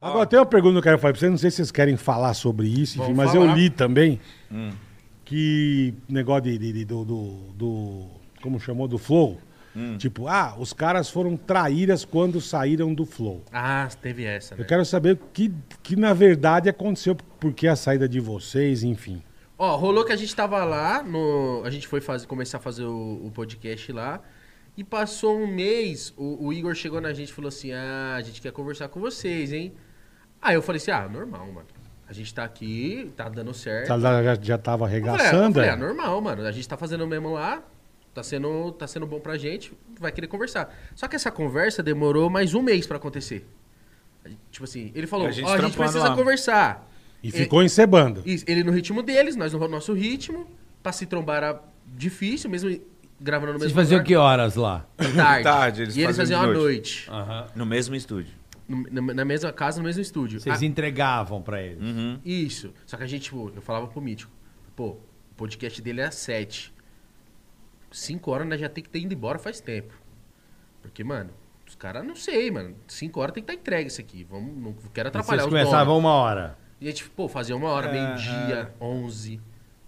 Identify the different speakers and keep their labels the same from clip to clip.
Speaker 1: Agora tem uma pergunta que eu quero fazer pra vocês, não sei se vocês querem falar sobre isso, enfim,
Speaker 2: Vamos
Speaker 1: mas
Speaker 2: falar.
Speaker 1: eu li também que negócio de, de- de- do, do, do- Como chamou? Do Flow. Tipo, ah, os caras foram traíras quando saíram do Flow.
Speaker 2: Ah, teve essa, né?
Speaker 1: Eu quero saber o que, que na verdade aconteceu, porque a saída de vocês, enfim.
Speaker 2: Ó, rolou que a gente tava lá, no... a gente foi fazer, começar a fazer o, o podcast lá. E passou um mês, o, o Igor chegou na gente e falou assim: Ah, a gente quer conversar com vocês, hein? Aí eu falei assim: Ah, normal, mano. A gente tá aqui, tá dando certo.
Speaker 1: Tá lá, Já, já tava
Speaker 2: Eu falei, ah, eu
Speaker 1: arregaçando.
Speaker 2: falei, ah,
Speaker 1: é?
Speaker 2: normal, mano. A gente tá fazendo o mesmo lá, tá sendo, tá sendo bom pra gente, vai querer conversar. Só que essa conversa demorou mais um mês pra acontecer. A gente- Tipo assim, ele falou, ó, a
Speaker 3: E a
Speaker 2: gente,
Speaker 3: gente trampando
Speaker 2: precisa
Speaker 3: lá.
Speaker 2: conversar.
Speaker 1: E ficou encebando.
Speaker 2: Isso, ele no ritmo deles, nós no nosso ritmo. Pra se trombar era difícil, mesmo gravando no
Speaker 4: Vocês
Speaker 2: mesmo
Speaker 4: faziam
Speaker 2: lugar.
Speaker 4: que horas lá?
Speaker 2: Tarde.
Speaker 3: Tarde, eles
Speaker 2: e eles
Speaker 3: faziam
Speaker 2: faziam
Speaker 3: de
Speaker 2: à
Speaker 3: noite.
Speaker 2: noite.
Speaker 3: No mesmo estúdio.
Speaker 2: No- Na, na mesma casa, no mesmo estúdio.
Speaker 4: Ah. Vocês
Speaker 2: A-
Speaker 4: entregavam pra eles.
Speaker 2: Uhum. Isso. Só que a gente, tipo, eu falava pro Mítico, pô, o podcast dele é às 7. 5 horas nós já tem que ter ido embora faz tempo. Porque, mano, os caras não sei, mano. 5 horas tem que estar entregue isso aqui. Vamos, não quero
Speaker 4: E
Speaker 2: atrapalhar
Speaker 4: Vocês
Speaker 2: os
Speaker 4: começavam
Speaker 2: donos.
Speaker 4: uma hora.
Speaker 2: E a gente, pô, fazia uma hora, meio-dia, 11.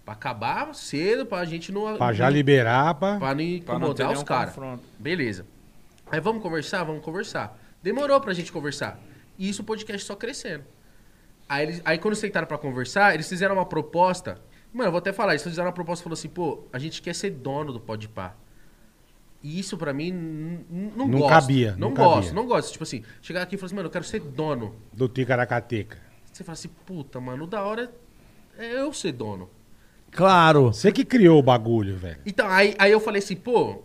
Speaker 2: Pra acabar cedo, pra gente não.
Speaker 1: Pra já liberar, pra...
Speaker 2: Pra não
Speaker 3: Pra não ter
Speaker 2: incomodar
Speaker 3: nenhum
Speaker 2: os caras.
Speaker 3: confronto.
Speaker 2: Beleza. Aí vamos conversar? Vamos conversar. Demorou pra gente conversar. E isso o podcast só crescendo. Aí, eles, aí quando sentaram pra conversar, eles fizeram uma proposta. Mano, eu vou até falar isso. Eles fizeram uma proposta e falou assim, pô, a gente quer ser dono do Podpah. E isso pra mim n- n- não
Speaker 1: Não
Speaker 2: gosto.
Speaker 1: cabia,
Speaker 2: Não,
Speaker 1: não
Speaker 2: gosto,
Speaker 1: cabia.
Speaker 2: não gosto. Tipo assim, chegar aqui e falar assim, mano, eu quero ser dono.
Speaker 1: do Ticaracateca.
Speaker 2: Você fala assim, puta, mano, o da hora é eu ser dono.
Speaker 4: Claro.
Speaker 1: Você que criou o bagulho, velho.
Speaker 2: Então, aí, aí eu falei assim, pô,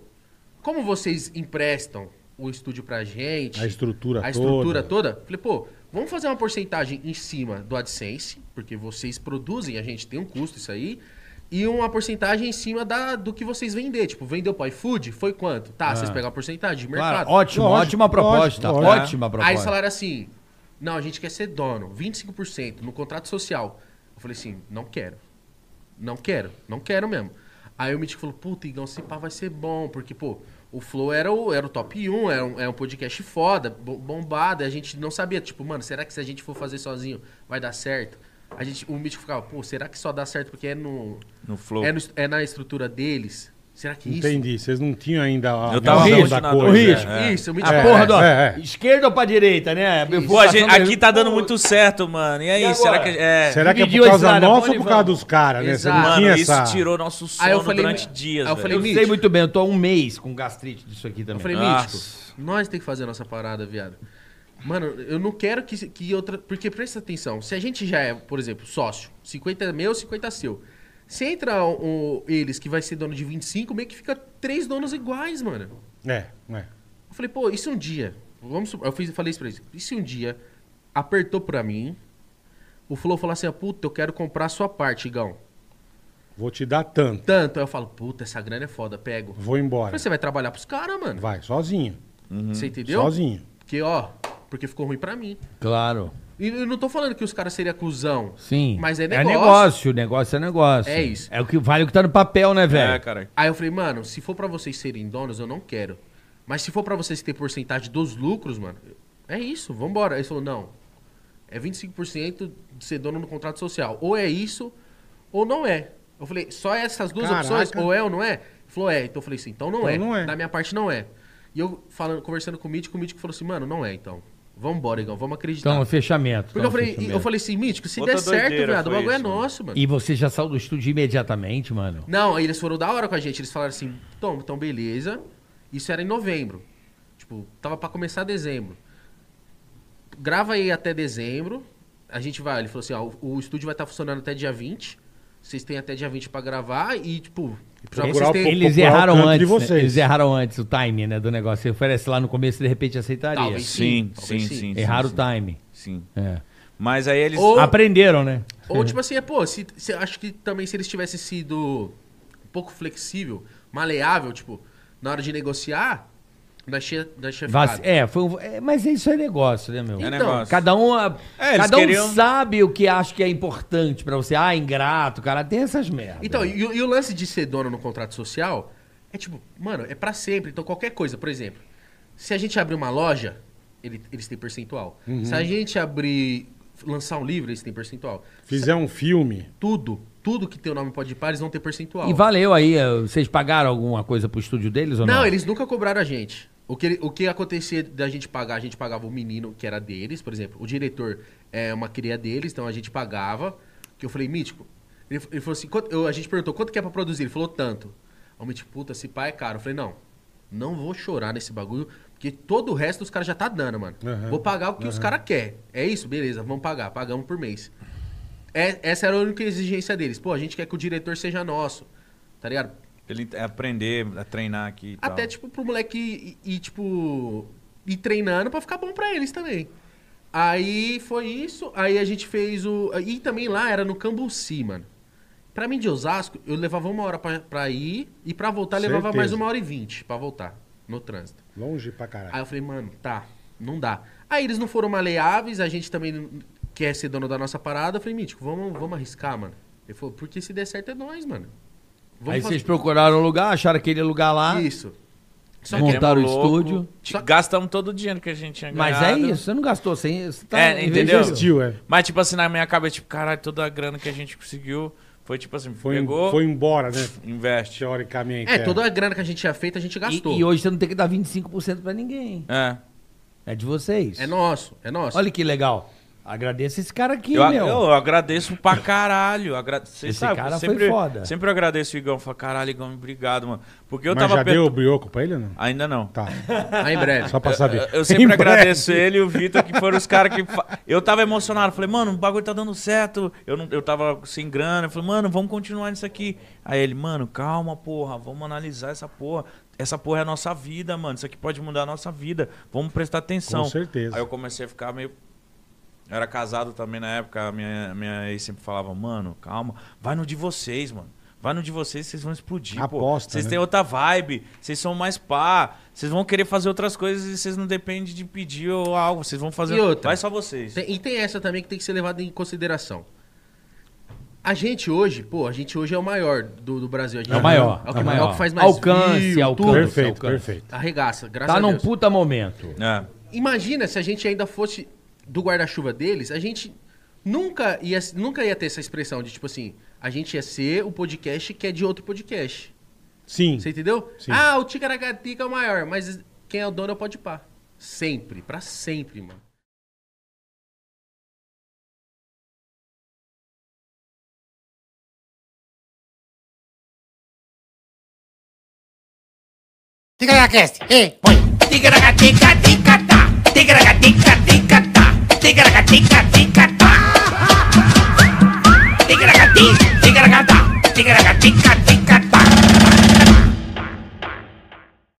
Speaker 2: como vocês emprestam o estúdio pra gente?
Speaker 1: A estrutura toda.
Speaker 2: a estrutura toda. Falei, pô, vamos fazer uma porcentagem em cima do AdSense, porque vocês produzem, a gente tem um custo isso aí. E uma porcentagem em cima da, do que vocês vender. Tipo, vendeu pro iFood? Foi quanto? Tá, vocês pegam a porcentagem de mercado.
Speaker 4: Claro, ótimo,
Speaker 1: Lógico,
Speaker 4: ótima proposta. tá?
Speaker 1: lógico, É, lógico.
Speaker 4: Ótima
Speaker 2: Aí eles
Speaker 4: proposta.
Speaker 2: falaram assim: não, a gente quer ser dono, 25% no contrato social. Eu falei assim: não quero. Não quero, não quero mesmo. Aí o Mítico falou: puta, Igão, se pá vai ser bom, porque, pô, o Flow era o, era o top 1, era um, era um podcast foda, bo- bombado, e a gente não sabia, tipo, mano, será que se a gente for fazer sozinho vai dar certo? A gente, o Mítico ficava, pô, será que só dá certo porque é no.
Speaker 3: No Flow.
Speaker 2: É, no est- é na estrutura deles? Será que isso?
Speaker 1: Entendi. Vocês não tinham ainda a
Speaker 3: Eu tava
Speaker 1: visão
Speaker 3: muito
Speaker 1: da
Speaker 3: na
Speaker 1: coisa.
Speaker 3: dúvida.
Speaker 1: né?
Speaker 3: É.
Speaker 2: Isso, o
Speaker 4: A
Speaker 2: Mítico.
Speaker 1: É,
Speaker 4: porra, do...
Speaker 1: é, é.
Speaker 4: esquerda ou pra direita, né?
Speaker 3: Pô, a gente- aqui tá dando
Speaker 4: Pô,
Speaker 3: muito certo, mano. E aí,
Speaker 4: E
Speaker 3: será que.
Speaker 4: agora?
Speaker 3: É,
Speaker 1: Será que é
Speaker 4: Dividiu
Speaker 1: por
Speaker 4: a
Speaker 1: causa
Speaker 4: estrada,
Speaker 1: nossa
Speaker 4: vamos
Speaker 1: ou por
Speaker 4: e
Speaker 1: causa
Speaker 4: vamos.
Speaker 1: dos caras, né? Você não
Speaker 2: Exato.
Speaker 3: mano,
Speaker 1: tinha
Speaker 3: isso
Speaker 1: essa...
Speaker 3: tirou nosso sono
Speaker 2: Aí eu falei,
Speaker 3: durante
Speaker 2: meu-
Speaker 3: dias.
Speaker 2: aí eu
Speaker 3: velho.
Speaker 2: falei,
Speaker 4: Eu
Speaker 2: Limite.
Speaker 4: sei muito bem, eu tô há um mês com gastrite disso aqui
Speaker 2: Eu
Speaker 4: também.
Speaker 2: falei,
Speaker 3: Nossa.
Speaker 2: Mítico, nós tem que fazer a nossa parada, viado. Mano, eu não quero que, que outra. Porque presta atenção, se a gente já é, por exemplo, sócio, 50 é meu, 50 é seu. Se entra o- o- eles que vai ser dono de 25, meio que fica três donos iguais, mano.
Speaker 1: É, é.
Speaker 2: Eu falei, pô, isso um dia. Vamos supor, eu fiz, falei isso pra eles. Isso um dia apertou pra mim. O Flow falou assim: ah, puta, eu quero comprar a sua parte, Igão.
Speaker 1: Vou te dar tanto.
Speaker 2: Tanto. Aí eu falo, puta, essa grana é foda, pego.
Speaker 1: Vou embora.
Speaker 2: Mas você vai trabalhar pros caras, mano.
Speaker 1: Vai, sozinho.
Speaker 2: Você entendeu?
Speaker 1: Sozinho.
Speaker 2: Porque, ó, porque ficou ruim pra mim.
Speaker 4: Claro.
Speaker 2: E eu não tô falando que os caras seriam cuzão.
Speaker 4: Sim.
Speaker 2: Mas é
Speaker 4: É
Speaker 2: negócio.
Speaker 4: negócio, negócio é negócio.
Speaker 2: É isso.
Speaker 4: É o que vale o que tá no papel, né, velho?
Speaker 3: É, cara.
Speaker 2: Aí eu falei, mano, se for pra vocês serem donos, eu não quero. Mas se for pra vocês ter porcentagem dos lucros, mano, é isso, vambora. Aí ele falou, não. É 25% de ser dono no contrato social. Ou é isso, ou não é. Eu falei, só essas duas
Speaker 1: Caraca.
Speaker 2: opções, ou é ou não é? Ele falou, é. Então eu falei assim, então não,
Speaker 1: Então
Speaker 2: é.
Speaker 1: não é.
Speaker 2: Da minha parte não é. E eu falando, conversando com o Mítico, o Mítico falou assim, mano, não é então. Vambora, Igão, vamos acreditar.
Speaker 4: Então,
Speaker 2: Tá.
Speaker 4: fechamento.
Speaker 2: Porque
Speaker 4: então,
Speaker 2: eu falei,
Speaker 4: fechamento.
Speaker 2: eu falei assim, Mítico, se
Speaker 3: Outra
Speaker 2: der certo,
Speaker 3: doideira
Speaker 2: viado, o
Speaker 3: foi
Speaker 2: bagulho é
Speaker 3: isso, mano.
Speaker 2: nosso, mano.
Speaker 4: E você já saiu do estúdio imediatamente, mano?
Speaker 2: Não, aí eles foram da hora com a gente. Eles falaram assim, Tom, então beleza. Isso era em novembro. Tipo, tava pra começar dezembro. Grava aí até dezembro. A gente vai. Ele falou assim, ó, o, o estúdio vai estar funcionando até dia 20. Vocês têm até dia 20 pra gravar e, tipo, pra
Speaker 1: procurar o
Speaker 2: terem-
Speaker 4: Eles
Speaker 1: procurar o
Speaker 4: erraram
Speaker 1: canto de
Speaker 4: antes. né?
Speaker 1: vocês.
Speaker 4: Eles erraram antes o time, né, do negócio. Você oferece lá no começo e de repente aceitaria.
Speaker 2: Talvez.
Speaker 3: Sim, sim,
Speaker 2: Talvez
Speaker 3: sim.
Speaker 2: sim.
Speaker 3: sim,
Speaker 4: Erraram tá-"
Speaker 3: sim,
Speaker 4: o time.
Speaker 3: Sim.
Speaker 4: É.
Speaker 3: Mas aí eles. é
Speaker 2: Ou-
Speaker 4: Aprenderam, né?
Speaker 2: Ou tipo assim, é, pô, se, se- acho que também se eles tivessem sido um pouco flexível, maleável, tipo, na hora de negociar, nós tinha, nós tinha
Speaker 4: Vac-
Speaker 2: ficado.
Speaker 4: É, foi um- é, mas isso é negócio, né, meu?
Speaker 3: É
Speaker 2: então,
Speaker 3: negócio.
Speaker 4: Cada um, a-
Speaker 3: É, eles
Speaker 4: cada um
Speaker 3: queriam-
Speaker 4: sabe o que acha que é importante pra você. Ah, ingrato, cara, tem essas merdas.
Speaker 2: Então, e, o- e o lance de ser dono no contrato social é tipo, mano, é pra sempre. Então, qualquer coisa, por exemplo, se a gente abrir uma loja, ele- eles têm percentual. Se a gente abrir, lançar um livro, eles têm percentual.
Speaker 1: Fizer um filme.
Speaker 2: Tudo, tudo que tem o nome pode par, eles vão ter percentual.
Speaker 4: E valeu aí, eh, vocês pagaram alguma coisa pro estúdio deles ou não?
Speaker 2: Não, eles nunca cobraram a gente. O que, ele- o que acontecia da gente pagar, a gente pagava o menino que era deles, por exemplo. O diretor é uma cria deles, então a gente pagava. Que eu falei, Mítico, ele, ele falou assim, quanto- eu- a gente perguntou, quanto que é pra produzir? Ele falou, tanto. Aí o Mítico, puta, se pá é caro. Eu falei, não, não vou chorar nesse bagulho, porque todo o resto os caras já tá dando, mano.
Speaker 1: Aham.
Speaker 2: Vou pagar o que os caras querem. É isso? Beleza, vamos pagar. Pagamos por mês. É- essa era a única exigência deles. Pô, a gente quer que o diretor seja nosso, tá ligado?
Speaker 3: Ele t- aprender a treinar aqui e tal.
Speaker 2: Até, tipo, pro moleque ir, ir, tipo, ir treinando pra ficar bom pra eles também. Aí foi isso, aí a gente fez o... E também lá era no Cambuci, mano. Pra mim de Osasco, eu levava uma hora pra, pra ir e pra voltar levava
Speaker 1: Certeza.
Speaker 2: mais uma hora e vinte pra voltar no trânsito.
Speaker 1: Longe pra caralho.
Speaker 3: Ah,
Speaker 2: Aí eu falei, mano, tá, não dá. Aí eles não foram maleáveis, a gente também não- quer ser dono da nossa parada. Eu falei, Mítico, vamos, vamos arriscar, mano. Ele falou, porque se der certo é nós, mano. Vamos
Speaker 4: Aí
Speaker 2: fazer
Speaker 4: vocês procuraram um lugar, acharam aquele lugar lá,
Speaker 2: isso. Só que
Speaker 4: montaram o
Speaker 3: Queremos louco,
Speaker 4: estúdio.
Speaker 3: ti-
Speaker 2: Só-
Speaker 3: Tipo, Gastamos todo o dinheiro que a gente tinha ganhado.
Speaker 4: Mas é isso, você não gastou sem isso. tá-
Speaker 3: É,
Speaker 4: em vez
Speaker 3: entendeu?
Speaker 4: disso-
Speaker 1: Investiu, é.
Speaker 3: Mas, tipo assim, na minha cabeça, tipo, caralho, toda a grana que a gente conseguiu foi, tipo assim,
Speaker 1: Foi, um-
Speaker 3: pegou,
Speaker 1: foi embora, né?
Speaker 3: investe.
Speaker 1: Teoricamente.
Speaker 2: É, toda a grana que a gente tinha feito, a gente gastou.
Speaker 4: E, e hoje você não tem que dar 25% pra ninguém.
Speaker 3: É.
Speaker 4: É de vocês.
Speaker 2: É nosso, é nosso.
Speaker 4: Olha que legal. Agradeço esse cara aqui,
Speaker 3: Eu,
Speaker 4: meu.
Speaker 3: eu agradeço pra caralho. Agra... Cê
Speaker 4: Esse
Speaker 3: sabe,
Speaker 4: cara foi
Speaker 3: sempre,
Speaker 4: foda.
Speaker 3: Sempre eu agradeço o Igão. Falo, caralho, Igão, obrigado, mano. Porque eu
Speaker 1: Mas
Speaker 3: tava
Speaker 1: já
Speaker 3: perto-
Speaker 1: deu o brioco pra ele ou não?
Speaker 3: Ainda não.
Speaker 1: Tá.
Speaker 2: Aí em breve.
Speaker 1: Só pra saber.
Speaker 3: Ah. Eu, eu sempre
Speaker 1: Em breve.
Speaker 3: agradeço ele e o Vitor, que foram os caras que. fa- Eu tava emocionado. Falei, mano, o bagulho tá dando certo. Eu, não, eu tava sem grana. Eu falei, mano, vamos continuar nisso aqui. Aí ele, mano, calma, porra. Vamos analisar essa porra. Essa porra é a nossa vida, mano. Isso aqui pode mudar a nossa vida. Vamos prestar atenção.
Speaker 1: Com certeza.
Speaker 3: Aí eu comecei a ficar meio. Eu era casado também na época. A minha, minha ex sempre falava, mano, calma. Vai no de vocês, mano. Vai no de vocês, vocês vão explodir. pô.
Speaker 1: Aposta,
Speaker 3: Vocês
Speaker 1: né?
Speaker 3: têm outra vibe, vocês são mais pá, vocês vão querer fazer outras coisas e vocês não dependem de pedir ou algo, vocês vão fazer.
Speaker 2: E outra?
Speaker 3: Vai só vocês.
Speaker 2: Tem- e tem essa também que tem que ser levada em consideração. A gente hoje, pô, a gente hoje é o maior do, do Brasil. A gente
Speaker 4: É o maior.
Speaker 2: É o que, maior. que faz mais
Speaker 4: Alcance,
Speaker 2: view,
Speaker 4: alcance.
Speaker 2: tudo.
Speaker 1: Perfeito,
Speaker 4: Alcance.
Speaker 1: perfeito.
Speaker 2: Arregaça, graças
Speaker 4: Tá
Speaker 2: a
Speaker 4: num
Speaker 2: Deus.
Speaker 4: puta momento.
Speaker 3: É.
Speaker 2: Imagina se a gente ainda fosse do guarda-chuva deles, a gente nunca ia, nunca ia ter essa expressão de tipo assim, a gente ia ser o podcast que é de outro podcast.
Speaker 1: Sim.
Speaker 2: Você entendeu?
Speaker 1: Sim.
Speaker 2: Ah, o Ticaracatica é o maior, mas quem é o dono é o Podpah. Sempre, pra sempre, mano.
Speaker 5: Diga na cast, ei, põe.
Speaker 6: Tigra-ga-tica, tigra-ga-tá, tigra-ga-tica,